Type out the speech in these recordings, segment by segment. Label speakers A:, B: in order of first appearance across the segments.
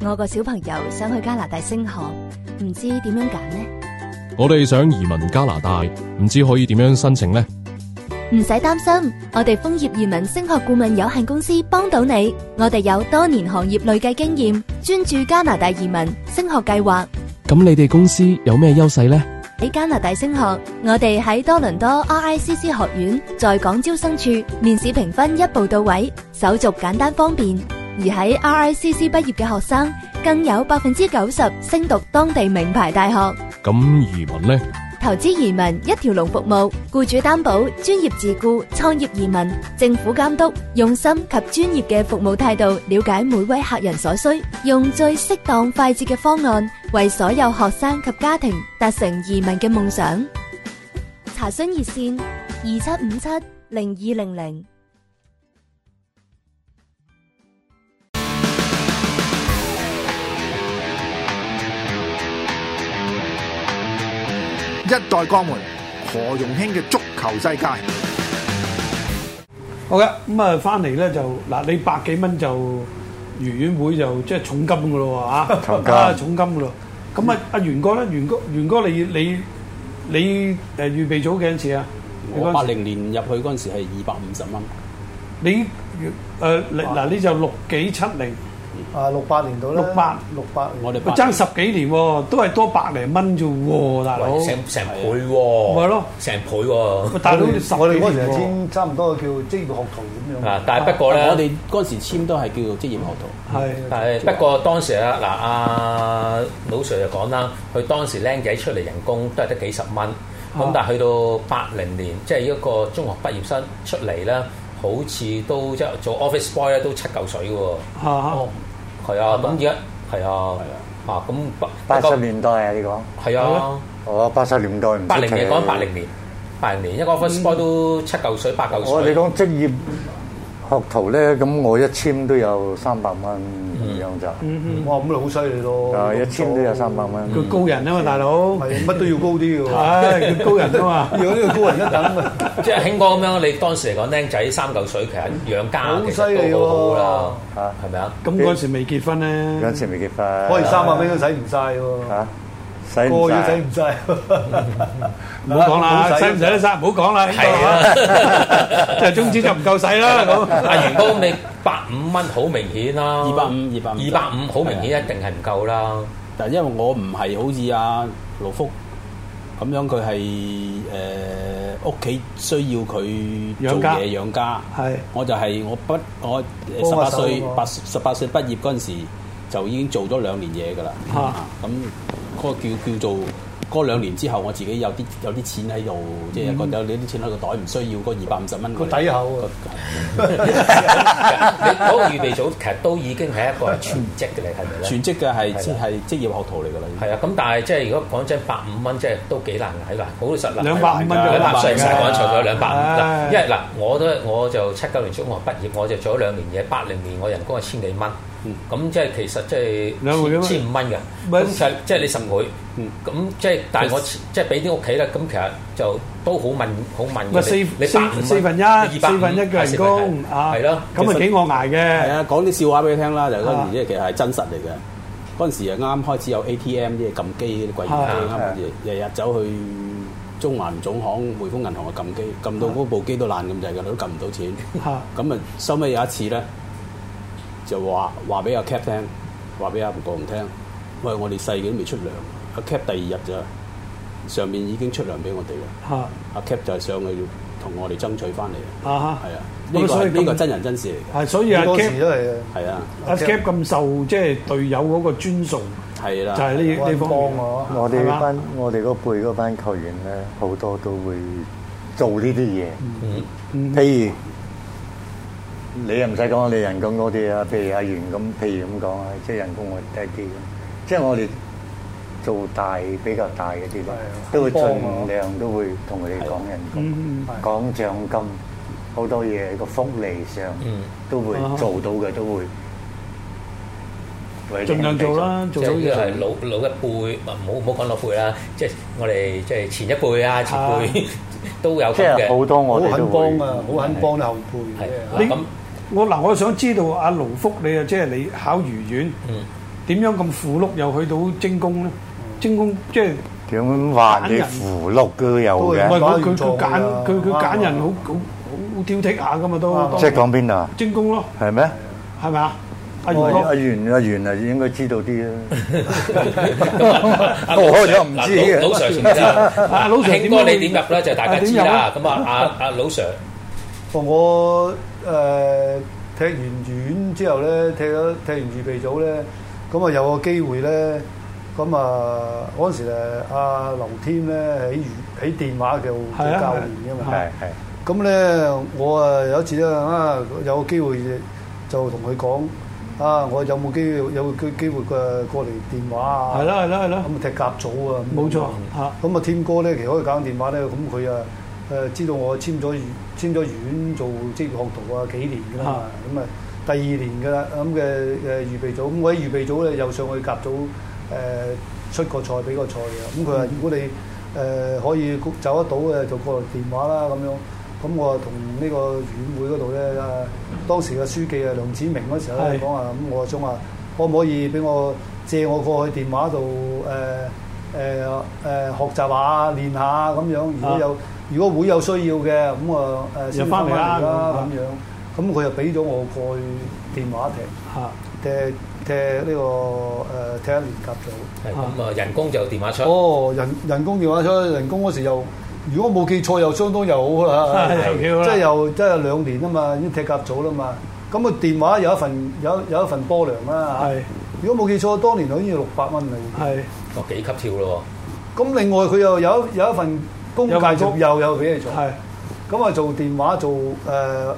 A: 我個小朋友想去加拿大升學，唔知點樣揀呢？
B: 我哋想移民加拿大，唔知可以點樣申請呢？
A: 唔使擔心，我哋楓葉移民升學顧問有限公司幫到你。我哋有多年行業累計經驗，專注加拿大移民升學計劃。
B: 咁你哋公司有咩優勢呢？
A: 喺加拿大升學，我哋喺多倫多 RICC 學院在港招生處面試評分一步到位，手續簡單方便。而喺 RICC 畢業嘅學生，更有百分之九十升讀當地名牌大學。
B: 咁移民呢？
A: 投資移民一條龍服務，僱主擔保、專業自雇、創業移民、政府監督，用心及專業嘅服務態度，了解每位客人所需，用最適當快捷嘅方案，為所有學生及家庭達成移民嘅夢想。查詢熱線：二七五七零二零零。
C: 一代江門何容興嘅足球世界，
D: 好嘅，咁啊翻嚟咧就嗱，你百幾蚊就愉園會就即係重金嘅咯喎嚇，
E: 重金
D: 啊重金嘅咯。咁啊，阿元哥咧，元哥元哥你你你誒預備咗幾多次啊？你
F: 我
D: 嗰
F: 八
D: 陣時
F: 零年入去嗰陣時係二百五十蚊，
D: 你誒你嗱你就六幾七零，
E: 啊六八年到啦，
D: 六八
E: 六八年，
F: 我哋
D: 喂
F: 八
D: 爭十幾年喎，都係多百零蚊啫喎，大佬。
G: 喂，成成倍喎，
D: 咪咯
G: 成倍喎。
D: 喂大佬
E: 我
D: 你十
E: 哋我哋嗰
D: 幾
E: 時係
D: 年
E: 簽差唔多叫職業學徒咁樣。
G: 啊，但係不過
F: 我
G: 咧，
F: 哋嗰陣時簽都係叫做職業學徒，
D: 喎，係
G: 但係不過當時啊，嗱，阿老 Sir 就講啦，佢當時僆仔出嚟人工都係得幾十蚊，咁
D: 啊
G: 但係去到八零年，即係一個中學畢業生出嚟咧，好似都即係做 office boy 啊咧，都七嚿水嘅
D: 嚇
G: 喎。
D: 嚇
F: 哦
G: 係啊，咁而家係啊，啊咁不
H: 八
G: 不
H: 十
G: 過
H: 年代啊，你講？
G: 係啊，
H: 哦，八十年代唔出奇
G: 八零年講八零年，八零年一個 first boy 都七嚿水八嚿
H: 我
G: 水，
H: 你講職業學徒咧，咁我一簽都有三百蚊咁樣就，
D: 嗯
E: 哇，咁你好犀利咯！
H: 啊一簽都有三百蚊。
D: 佢高人啊嘛，大佬，
E: 係乜都要高啲嘅喎，
D: 唉佢高 人啊 嘛。
E: 要呢個高人一等 啊！
G: 即係興哥咁樣，你當時嚟講僆仔三嚿水，其實養家
E: 好
G: 其
E: 犀利
G: 實
E: 喎
G: 都好好啦
H: 啊，
G: 係咪啊？
D: 咁嗰陣時未結婚咧，
H: 嗰陣時未結婚，
E: 可以三百蚊都使唔晒喎，
H: 嚇，啊使
E: 個
H: 唔
E: 月使
H: 使？
E: 唔晒。
D: 唔好講啦，使唔使
E: 啊
D: 得晒？唔好講啦，係啦，就總之就唔夠使啦咁。
G: 阿元哥，你百五蚊好明顯啦，
F: 二百五二百五
G: 二百五好明顯一定係唔夠啦。
F: 但因為我唔係好似阿盧福咁樣，佢係誒屋企需要佢
D: 養
F: 做
D: 家
F: 嘢養家，
D: 係
F: 我就係我畢我呃
E: 幫
F: 十
E: 下
F: 八
E: 手
F: 歲
E: 喎
F: 八十八歲畢業嗰陣時就已經做咗兩年嘢㗎啦，啊
D: 嚇
F: 咁嗰個叫叫做。嗰兩年之後，我自己有啲有啲錢喺度，即係覺得有啲錢喺個袋，唔需要嗰二百五十蚊。
E: 個底厚啊！
G: 你嗰個預備組其實都已經係一個全職嘅嚟，係咪咧？
F: 全職嘅係
G: 係啦
F: 係職業學徒嚟㗎啦。已經
G: 係啊，咁但係即係如果講真，百五蚊即係都幾難捱啦，好老實啦。
D: 兩百五蚊
F: 就
G: 兩百歲唔使
F: 兩百五
G: 講錯咗兩百五
D: 唉
G: 嗱，因為嗱我都我就七九年中學畢業，我就做咗兩年嘢，八零年我人工係千幾蚊
F: 嗯。
G: 咁即係其實即
D: 兩倍幾
G: 係
D: 蚊
G: 千千五蚊嘅，
D: 咪
G: 咁其實即係你十倍
F: 嗯，
G: 咁即係但係我即係俾啲屋企咧，咁其實就都好問好問
D: 咪
G: 嘅。
D: 四
G: 你你百五
D: 四四分一，
G: 二百
D: 四分一嘅人工啊，
G: 係咯，
D: 咁啊幾我捱
F: 係
D: 嘅，
F: 啊，講啲笑話俾你聽啦，就係嗰
D: 啊
F: 陣時即係其實係真實嚟嘅。嗰陣時啊，啱開始有 ATM 啲嘢撳機嗰啲櫃
D: 啊
F: 員機，啱開始日日走去中環總行、匯豐銀行啊撳機，撳到嗰部機都爛咁滯㗎，你都撳唔到錢。
D: 嚇
F: 咁啊，收尾有一次咧，就話話俾阿 Cap 聽，話俾阿吳國雄聽，喂，我哋細嘅都未出糧，阿 Cap 第二日咋，上面已經出糧俾我哋啦。
D: 嚇
F: 阿 Cap 就係上去同我哋爭取翻嚟嘅，
D: 啊
F: 係啊，
D: 咁
F: 呢個
D: 所以
F: 係呢個
D: 咁
F: 真人真事嚟
D: 嚇，係所以阿
E: 好多時
D: Cap
E: 都係啊
F: 嘅，係啊，
D: 阿 Cap 咁受即係隊友嗰個尊崇，
F: 係
D: 就
F: 啦，
D: 係呢呢方
E: 幫
D: 面。
E: 我
H: 我哋
D: 係嘛
H: 班我哋嗰輩嗰班球員咧，好多都會做呢啲嘢。
D: 嗯
H: 譬如你又唔使講你人工嗰啲啊，譬如阿袁咁，譬如咁講啊，即係人工我低啲咁，即係我哋做大比較大嗰啲
E: 係
H: 咧
E: 啊，
H: 都會
E: 幫啊
H: 盡量都會同佢哋講人
D: 嗯
H: 工、講獎金，好多嘢個福利上
G: 嗯
H: 都會
D: 啊哈
H: 做到嘅，都會為
D: 盡量做啦，
G: 即
D: 做
G: 係
D: 到
G: 呢個
D: 嘢。
G: 係老老一輩，唔好唔好講老輩啦，即係我哋即係前一輩啊，前輩 都有
H: 即
G: 咁
H: 係
G: 嘅。
H: 好多
E: 好
H: 我哋都
E: 肯
H: 會
E: 幫。啊，好肯幫啲後輩
G: 係
E: 嘅。
G: 嗱咁
D: 我嗱，我想知道阿盧福你啊，即係你考魚院，
G: 嗯
D: 點樣咁符碌又去到精工咧？精工即係
H: 點樣話你符碌都有
D: 唔係
H: 嘅？
D: 佢
E: 揀
D: 佢
E: 完
D: 佢
E: 做㗎
D: 揀佢佢揀人
E: 啱啊
D: 好好好挑剔下噶嘛都
E: 啱啊
D: 都
H: 即係講邊度啊？
D: 精工咯，
H: 係咩？
D: 係咪啊？阿元
H: 阿
D: 哥，
H: 袁阿袁啊，應該知道啲啊。我就唔知嘅
G: 老 Sir 先知啦。
D: 阿老 Sir
G: 興
D: 點
G: 哥
D: 樣
G: 你點入咧？就大家知啦。咁啊，阿阿老 Sir
E: 我誒、踢完院之後咧，踢咗踢完預備組咧，咁啊有個機會咧，咁啊嗰陣時誒阿劉添咧喺預喺電話叫做
D: 係啊
E: 教練㗎嘛。
H: 係係
E: 咁咧，我啊有一次咧啊，有個機會就同佢講啊，我有冇機會有機機會嘅過嚟電話啊？
D: 係啦係啦係啦
E: 咁，啊踢甲組啊，咁
D: 冇錯嚇。
E: 咁啊，添哥咧，其實可以搞電話咧，咁佢啊誒知道我簽咗院簽咗院做職業學徒啊幾年㗎啦嘛，咁啊第二年㗎啦，咁嘅誒預備組，咁我喺預備組咧又上去甲組誒、呃出個賽俾個賽嘅，咁佢話
D: 嗯
E: 如果你誒、呃可以走得到嘅就過嚟電話啦咁樣，咁我啊同呢個院會嗰度咧啊，當時嘅書記啊梁子明嗰時候咧
D: 係
E: 講啊話，咁我想話可唔可以俾我借我過去電話度誒？誒誒學習下練下咁樣，如果有、如果會有需要嘅，咁啊誒
D: 啊又
E: 先
D: 返
E: 翻
D: 嚟
E: 嚟
D: 啦
E: 啦
D: 咁啊
E: 咁樣。咁佢又俾咗我過去電話踢
D: 嚇
E: 踢踢呢、個誒、呃踢一年甲組。
G: 係咁啊，人工就電話出。
E: 哦，人人工電話出人工嗰時又，如果冇記錯又相當又好啦，
D: 係 又
E: 即
D: 幾好啦
E: 係又即係兩年啊嘛，已經踢甲組啦嘛。咁啊電話有一份有有一份波糧啦嚇
D: 係
E: 如果冇記錯，當年好似六百蚊嚟。
D: 係
G: 哦，幾級跳咯
E: 咁另外佢又有一有一份工
D: 有份
E: 介
D: 工
E: 仲又有俾你做，
D: 係
E: 咁啊做電話做誒、呃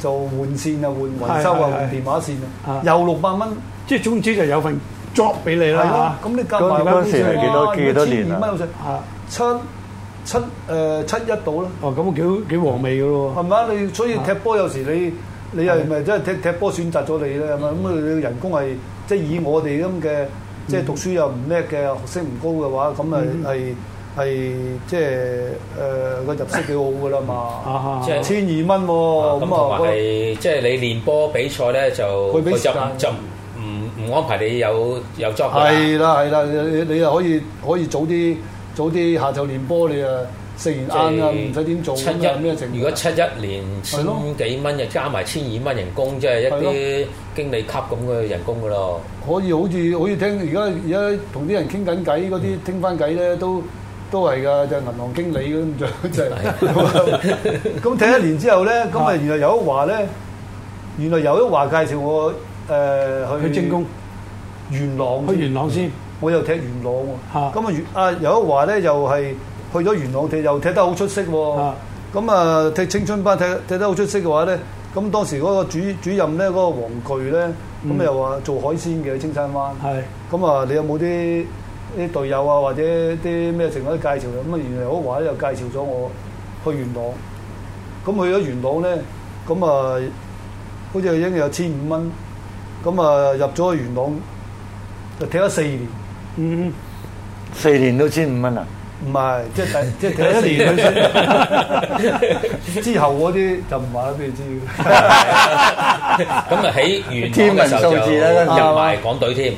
E: 做換線啊換維修
D: 係係
E: 啊
D: 係
E: 換電話線
D: 啊
E: 啊，又六百蚊，
D: 即係總之就有份 job 俾你
E: 係咯
D: 啦，
E: 咁你夾埋
H: 嗰嗰時係幾多幾多年啊
E: 蚊好似
D: 嚇嚇。
E: 七七誒七一到啦，
D: 哦，咁幾幾和味嘅
E: 係
D: 咯
E: 咪啊？你所以踢波有時你你係咪即係踢踢波選擇咗你咧？係咪
G: 嗯
E: 咁啊你人工係即係以我哋咁嘅即
G: 嗯
E: 係讀書又唔叻嘅學識唔高嘅話，咁啊係係即係誒個入息幾好㗎啦
D: 喎，
E: 嘛。
D: 啊
G: 喎，即係
E: 千二蚊喎，
G: 咁
E: 咁
G: 同埋
E: 啊，
G: 係即係你練波比賽咧，就
E: 佢俾
G: 佢
E: 時
G: 就
E: 間
G: 唔就唔唔安排你有有 job 㗎啦
E: 係啦係啦，你你又可以可以早啲早啲下晝練波，你啊食完晏啊唔使點做
G: 七
E: 咁啊咩情
G: 一，
E: 況？
G: 如果七一年千
E: 係咯
G: 幾蚊，就加埋千二蚊人工，即係一啲經理級咁嘅人工噶咯。
E: 可以好似好似聽而家而家同啲人傾緊偈嗰
D: 嗯
E: 啲傾翻偈咧，都都係㗎，就係銀行經理 咁就就係。 咁睇一年之後咧，咁啊原來有一華咧，原來有一華介紹我誒去
D: 去精工，
E: 元朗，
D: 去元朗先
E: 我又踢元朗
D: 啊
E: 喎。咁啊元啊有一華咧又係去咗元朗踢，又踢得好出色喎
D: 啊。
E: 咁啊踢青春班踢踢得好出色嘅話咧，咁當時嗰個主主任咧嗰、個黃巨咧，
D: 嗯
E: 咁又話做海鮮嘅喺青山灣。
D: 係
E: 咁啊，你有冇啲啲隊友啊，或者啲咩情況介紹嘅？咁啊，原來好華咧又介紹咗我去元朗。咁去咗元朗咧，咁啊，好似已經有千五蚊。咁啊，入咗去元朗就踢咗四年，
D: 嗯
H: 四年都千五蚊啊！
E: 唔係即係第即係踢咗一年去先。之後嗰啲就唔話俾你知嘅。
G: 咁啊喺元朗嘅時候
H: 天文數字啦
G: 就
H: 跟
E: 住
G: 入埋港隊添。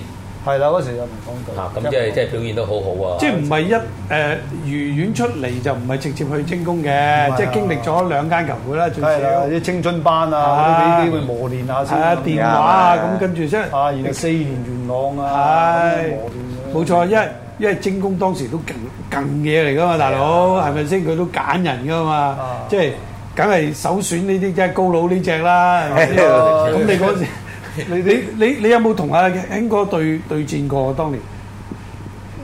E: 係啦，嗰時有唔講
G: 啊
E: 到。，
G: 咁即係即係表現都好好啊！
D: 即係唔係一誒魚院出嚟就唔係直接去精工嘅，即係經歷咗兩間球會啦，最
E: 梗係啦，
D: 少
E: 啲青春班啊，
D: 啊
E: 嗰啲啲會磨練下先。
D: 係啊電話啊，咁跟住即係
E: 啊，原來四年元朗
D: 係
E: 啊，咁樣磨練
D: 冇
E: 嘅
D: 錯，因為因為精工當時都勁勁嘢嚟噶嘛，大佬係咪先？佢都揀人噶嘛
E: 啊，
D: 即係梗係首選呢啲即係高佬呢只啦，係咪先
H: 係
E: 啊
D: 咁你嗰時你你你你有冇同阿興哥對對戰過當年？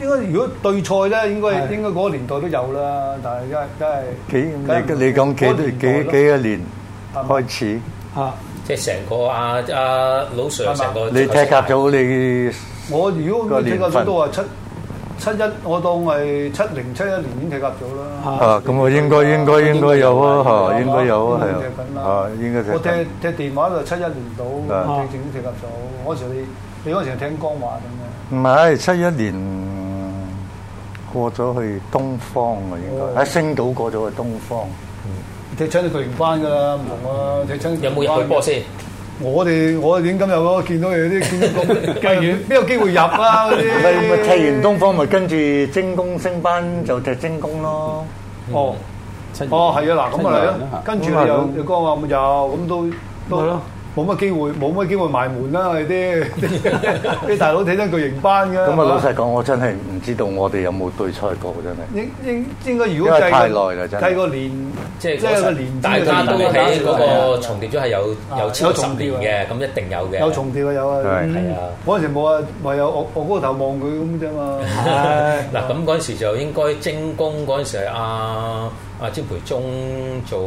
E: 應該如果對賽咧，應
D: 係
E: 該應該嗰個年代都有啦，但係梗係梗係
H: 幾你你講幾多幾幾多年開始？
D: 啊，
G: 即係成個阿阿老 Sir
E: 係嘛
G: 成個
H: 你踢甲組你
E: 我如果
H: 個
E: 踢
H: 年
E: 甲
H: 份
E: 組都話七七一，我當係七零七一年已經踢甲組啦。
H: 啊咁我應該應該應該有啊嚇，
E: 係嘛
H: 應該有啊
E: 咁
H: 係
E: 踢緊啦
H: 啊，啊應該踢
E: 我踢
H: 緊。
E: 踢電話就七一年到
H: 啊
E: 踢正踢甲組，嗰時你你嗰時係聽江華咁
H: 唔係七一年過咗去東方啊，應該喺星島過咗去東方。
E: 嘅，踢親你巨型班㗎啦，唔同啊，踢親
G: 有冇入去波先？
E: 我哋我點今日嗰個見到有啲見到咁
D: 雞
E: 邊
D: 丸
E: 有機會入啊嗰啲？
H: 咪咪踢完東方咪跟住精工升班就踢精工咯。
E: 哦
F: 七月
E: 哦係啊嗱，咁
F: 七月
E: 啊嚟啦
F: 啦，
E: 跟住
H: 咁啊
E: 你又
H: 咁
E: 又講話咪有咁都
D: 咪
E: 都
D: 咯
E: 冇乜機會冇乜機會埋門啦你啲啲大佬睇得巨型班嘅
H: 咁
E: 係
H: 啊，
E: 嘛
H: 老實講，我真係唔知道我哋有冇對賽過，真係。
E: 應應應該如果
H: 因
E: 計
H: 為
E: 個
H: 太耐啦真係
E: 計個年
G: 即係
E: 即係個年資
G: 大家都喺嗰個重疊咗係有
E: 啊
G: 有超
E: 有
G: 過十
E: 重疊啊
G: 年嘅，咁一定有嘅。
E: 有重疊啊有啊，
H: 係
E: 嗯
G: 係啊
E: 嗰陣時冇啊，咪有我我嗰個頭望佢咁啫嘛。
G: 嗱，咁嗰陣時就應該精工嗰陣時係阿阿詹培忠做誒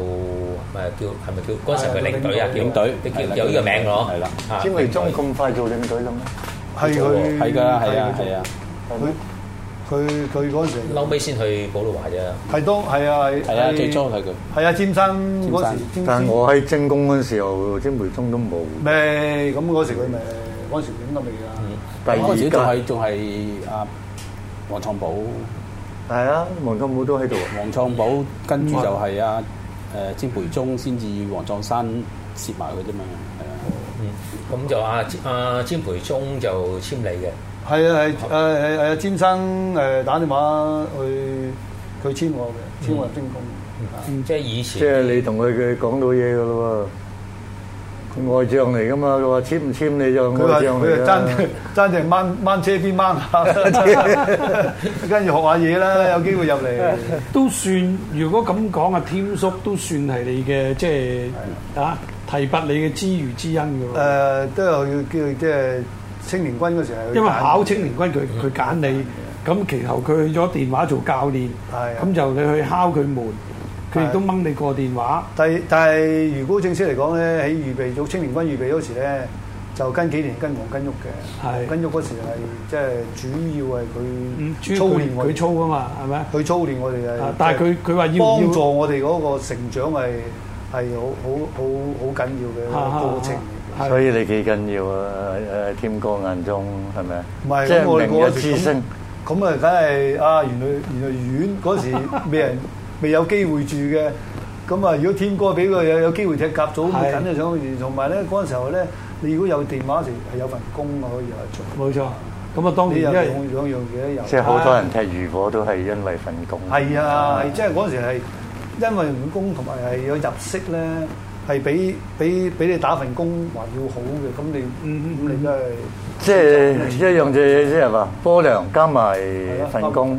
G: 叫係咪叫嗰陣時係咪領隊啊？叫
F: 領隊
G: 你
F: 係啦
G: 叫有呢個名咯，
F: 係啦
G: 啊，
H: 詹培忠咁快做領隊啦咩？
E: 嗯係佢
F: 係㗎，係啊，係啊，
E: 佢佢佢嗰陣時
G: 領隊，後尾先去保路華啫。
E: 係當係啊係
F: 係啊，最初係佢。
E: 係啊，尖生嗰時
F: 尖
E: 尖
H: 但係
E: 尖
H: 我喺精工嗰陣時候，詹培忠都冇。
E: 咩咁嗰時佢咪嗰時點都未啊？
F: 嗯
H: 第二
F: 嗰時仲
H: 屆
F: 係仲係阿黃創寶，
H: 係啊，黃金寶都喺度啊。
F: 黃創寶跟住就係阿誒詹培忠先至黃創山攝埋佢啫嘛，係啊。
G: 咁就阿阿詹培忠就簽你嘅，
E: 係啊係誒係係啊，尖生誒打電話去佢簽我嘅，簽我入精工。啊
G: 即係以前
H: 即係你同佢佢講到嘢噶咯喎，佢外將嚟噶嘛，佢話簽唔簽你就
E: 佢話
H: 外將
E: 佢
H: 嚟
E: 就
H: 啦。
E: 爭爭定掹掹車邊掹 下，跟住學下嘢啦，有機會入嚟。
D: 都算，如果咁講啊，添叔都算係你嘅即係啊提拔你嘅知遇之恩嘅喎。
E: 誒都有叫即係青年軍嗰時係
D: 因為考青年軍佢佢揀你，咁其後佢去咗電話做教練，
E: 係啊
D: 咁就你去敲佢門，佢亦都掹你個電話。
E: 但但係如果正式嚟講咧，喺預備組青年軍預備嗰時咧，就跟幾年跟黃根旭嘅。
D: 係
E: 黃根旭嗰時係即係主要係
D: 嗯，主
E: 佢
D: 要
E: 操
D: 佢
E: 練我
D: 佢
E: 哋，
D: 操啊嘛，係咪？
E: 佢操練我哋係
D: 啊。但係佢佢話要
E: 幫助
D: 要
E: 我哋嗰個成長係係好好好好緊要
D: 啊啊
E: 嘅
D: 啊
E: 過程嚟嘅。
D: 係
H: 所以你幾緊要啊？誒，添哥眼中係咪啊？
E: 唔係
H: 即
E: 咁我哋
H: 係明
E: 嗰
H: 日
E: 時
H: 之星，
E: 咁啊，梗係啊，原來原來院嗰 時未人未有機會住嘅。咁啊，如果天哥俾佢有有機會踢甲組，咁
D: 係
E: 緊就想去。同埋咧，嗰陣時候咧，你如果有電話時係有份工可以去做。
D: 冇錯。咁啊，當然
E: 你有
D: 因
E: 兩
D: 為
E: 兩樣嘢都有。
H: 即係好多人踢魚火都係因為份工。
E: 啊係啊，係即係嗰陣時係因為唔工同埋係有入息咧，係比比比你打份工還要好嘅。咁你
D: 嗯
E: 咁你都係
H: 即係一樣嘅嘢，即係話波量加埋
E: 係啊
H: 份工，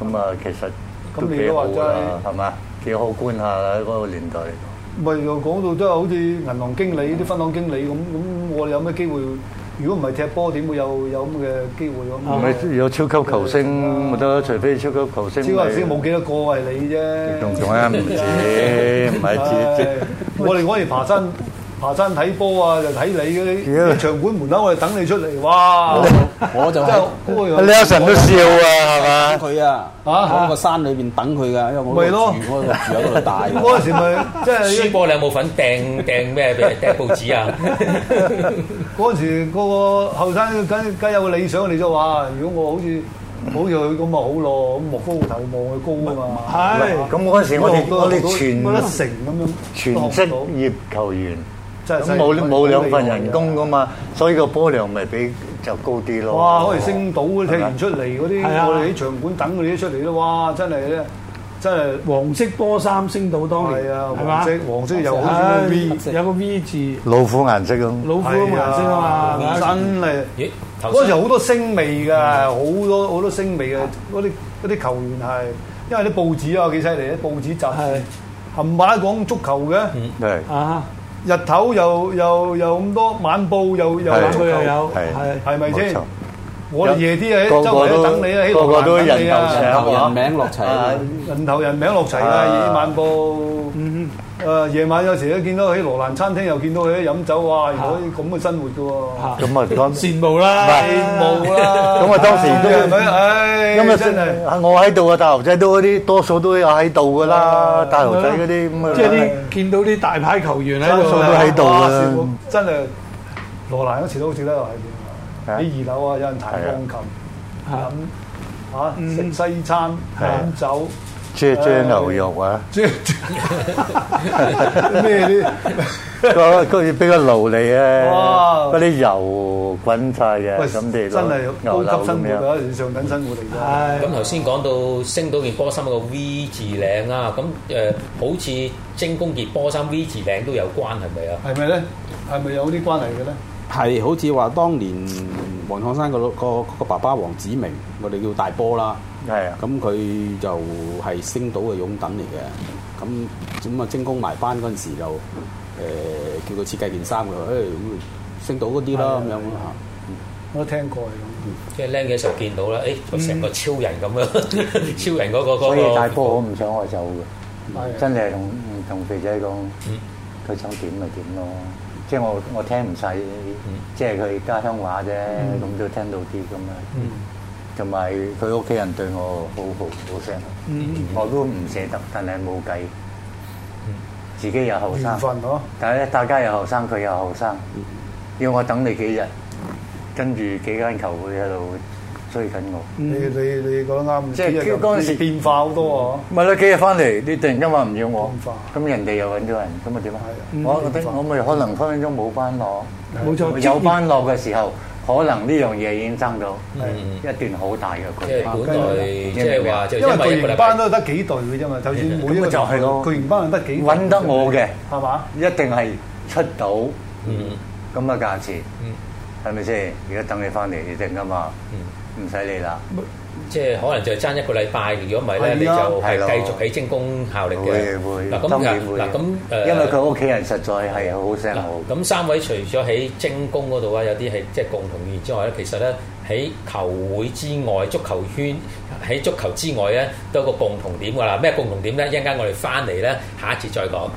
H: 咁啊其實都
E: 咁
H: 幾
E: 你都
H: 好
E: 話
H: 啦，係嘛？幾好觀下啦，嗰個年代嚟講。
E: 咪又講到都係好似銀行經理啲分行經理咁咁，我哋有咩機會？如果唔係踢波，點會有有咁嘅機會咁？啊
H: 唔係有超級球星咪得咯，除非超級球星。
E: 超級先冇幾多個係你啫。
H: 仲仲啊，唔止，唔係止
E: 唉我哋嗰時爬山爬山睇波啊，就睇你嗰啲啲場館門口，我哋等你出嚟。 哇！
F: 我就
E: 真
F: 係
E: 係嗰個
H: 止。李克神都笑啊，係嘛？
F: 佢啊，
E: 啊
F: 我個山裏邊等佢㗎，因為我
E: 咪
F: 嗰度
E: 咯
F: 住我嗰度住喺嗰度大 㗎。
E: 嗰陣時咪即
G: 輸
E: 係
G: 波你有冇份掟掟咩俾掟報紙啊？
E: 嗰陣時個個後生梗梗有個理想，你就話：如果我好似好似佢咁咪好咯，咁莫高頭望佢高啊嘛。
D: 係
H: 咁嗰陣時我哋我哋
E: 冇得
H: 全
E: 成咁樣，
H: 全職業球員，
E: 真係
H: 咁冇冇兩份人工
E: 啊
H: 噶嘛，所以個波量咪比就高啲咯。
E: 哇！可以星島嗰啲踢完出嚟嗰
D: 係
E: 啲，
D: 啊
E: 我哋喺場館等佢哋都出嚟啦！哇！真係咧，真係
D: 黃色波衫升到當年，
E: 係啊！
D: 係
E: 黃
D: 嘛
E: 色？黃色又好
D: 唉
E: 似個 V，
D: 有個 V 字，
H: 老虎顏色咁。
D: 老虎咁嘅顏色啊嘛
E: 係
D: 係嘛。
E: 真係
G: 咦，頭
E: 嗰
G: 先
E: 時好多星味㗎，好多好多星味嘅嗰啲嗰啲球員係，因為啲報紙啊幾犀利，啲報紙雜誌
D: 係
E: 冚唪唥講足球嘅，
H: 係
D: 啊，
E: 日頭又又又咁多晚報又又晚
H: 係
D: 兩
E: 足
D: 個
E: 球
D: 又有，
H: 係
D: 係
E: 係咪先
H: 冇錯？
E: 我
H: Dạ.
E: 哋夜啲啊，喺
H: 個個
E: 周圍
H: 都
E: 都等你啊，喺
H: 個個都
E: 路環等你啊
H: 人
F: 人頭
H: 頭上
F: 人名落齊
H: 啊
F: 啊，
E: 人頭人名落齊啦，
H: 啊
E: 夜晚報。
D: 嗯
E: 誒夜晚有時都見到喺羅蘭餐廳又見到佢飲酒，哇！原來咁嘅生活
D: 嚇
E: 嘅
H: 咁啊
D: 哼，
H: 當
D: 羨慕啦，
E: 喎，冇啦。
H: 咁啊當時都
E: 係咪？唉，
H: 咁啊
E: 真係
H: 真係我喺度啊，大牛仔都嗰啲多數都有喺度噶啦，大牛仔嗰啲咁啊。
D: 即係啲見到啲大牌球員喺
E: 真係
D: 度，
H: 數都喺度啊
E: 哇羨慕真係羅蘭嗰時都好似得又係
H: 係
E: 點
H: 啊
E: 喺二樓啊，有人彈鋼琴
G: 啊
D: 嚇
E: 飲啊，
G: 嗯
E: 食西餐
H: 係啊
E: 飲酒。
H: 即係將牛肉啊，
E: 咩啲
H: 個佢俾個爐嚟咧，
E: 哇
H: 嗰啲油滾晒嘅，
E: 喂，
H: 啊咁你攞
E: 真係
H: 牛
E: 高級
H: 柳
E: 生活啊，上
H: 咁樣。
E: 等生活嚟㗎。
D: 唉，
G: 咁頭先講到升到件波衫一個 V 字領啊，咁誒、呃好似精工件波衫 V 字領都有關係咪啊？
E: 係咪咧？係咪有啲關係嘅咧？
F: 係好似話當年黃漢山個老個個爸爸黃子明，我哋叫大波啦。
H: 係啊，
F: 咁佢就係星島嘅擁趸嚟嘅。咁咁啊，精工埋班嗰陣時就誒、呃叫佢設計件衫佢話，誒、咁星島嗰啲啦咁樣啊嚇。
E: 我都聽過係咁。
G: 即係僆嘅時候見到啦，誒、成個超人咁樣，超人嗰、個嗰、
H: 所以
G: 個
H: 大波好唔想我走
E: 係
H: 嘅，嗯
E: 啊
H: 真係同同肥仔講
G: 嗯，
H: 佢想點咪點咯。即係我我聽唔晒，即係佢家鄉話啫，咁都聽到啲咁啊。同埋佢屋企人對我好好好聲，
E: 嗯
H: 我都唔捨得，但係冇計，自己又後
E: 緣
H: 生。
E: 分哦嗬，
H: 但係咧，大家又後生，佢又後生，要我等你幾日，跟住幾間球會喺度追緊我。
G: 嗯
E: 你你你講得啱。
H: 即係
E: 幾日
H: 嗰陣時
E: 變化好多哦
H: 咪啦，幾日翻嚟，你突然間話唔要我
E: 咁快，
H: 咁人哋又揾咗人，咁咪點啊
E: 係？
H: 我
E: 嗯
H: 覺
E: 咁
H: 得
E: 快
H: 我咪可能分分鐘冇班落，
D: 冇錯
H: 有班落嘅時候，可能呢樣嘢已經爭到
G: 嗯啊
H: 一段好大嘅
G: 即係
H: 距離。
G: 本來即係話就
E: 喎，因為
G: 為一
E: 巨
G: 個
E: 型
G: 禮
E: 班
G: 拜
E: 都得幾隊嘅啫嘛，就算每一
H: 咁咪
E: 個
H: 就係咯
E: 巨型班都得幾隊
H: 揾得我嘅，
E: 係嘛？
H: 一定係出到
G: 嗯
H: 咁嘅價錢
G: 嗯，
H: 係咪先？而家等你翻嚟，你定㗎嘛？
G: 嗯。
H: 唔使你啦。
G: 即係可能就爭一個禮拜，如果唔係咧，
E: 係啊
G: 你就係
H: 係咯
G: 繼續喺精工效力
H: 會
G: 嘅。
H: 會，
G: 嗱
H: 當
G: 咁
H: 然會
G: 嗱咁誒，
H: 因為佢屋企人實在係好聲
G: 嗱
H: 好，
G: 咁三位除咗喺精工嗰度啊，有啲係即係共同語言之外咧，其實咧喺球會之外、足球圈喺足球之外咧，都有個共同點㗎啦。咩共同點咧？一陣間我哋翻嚟咧，下一節再講。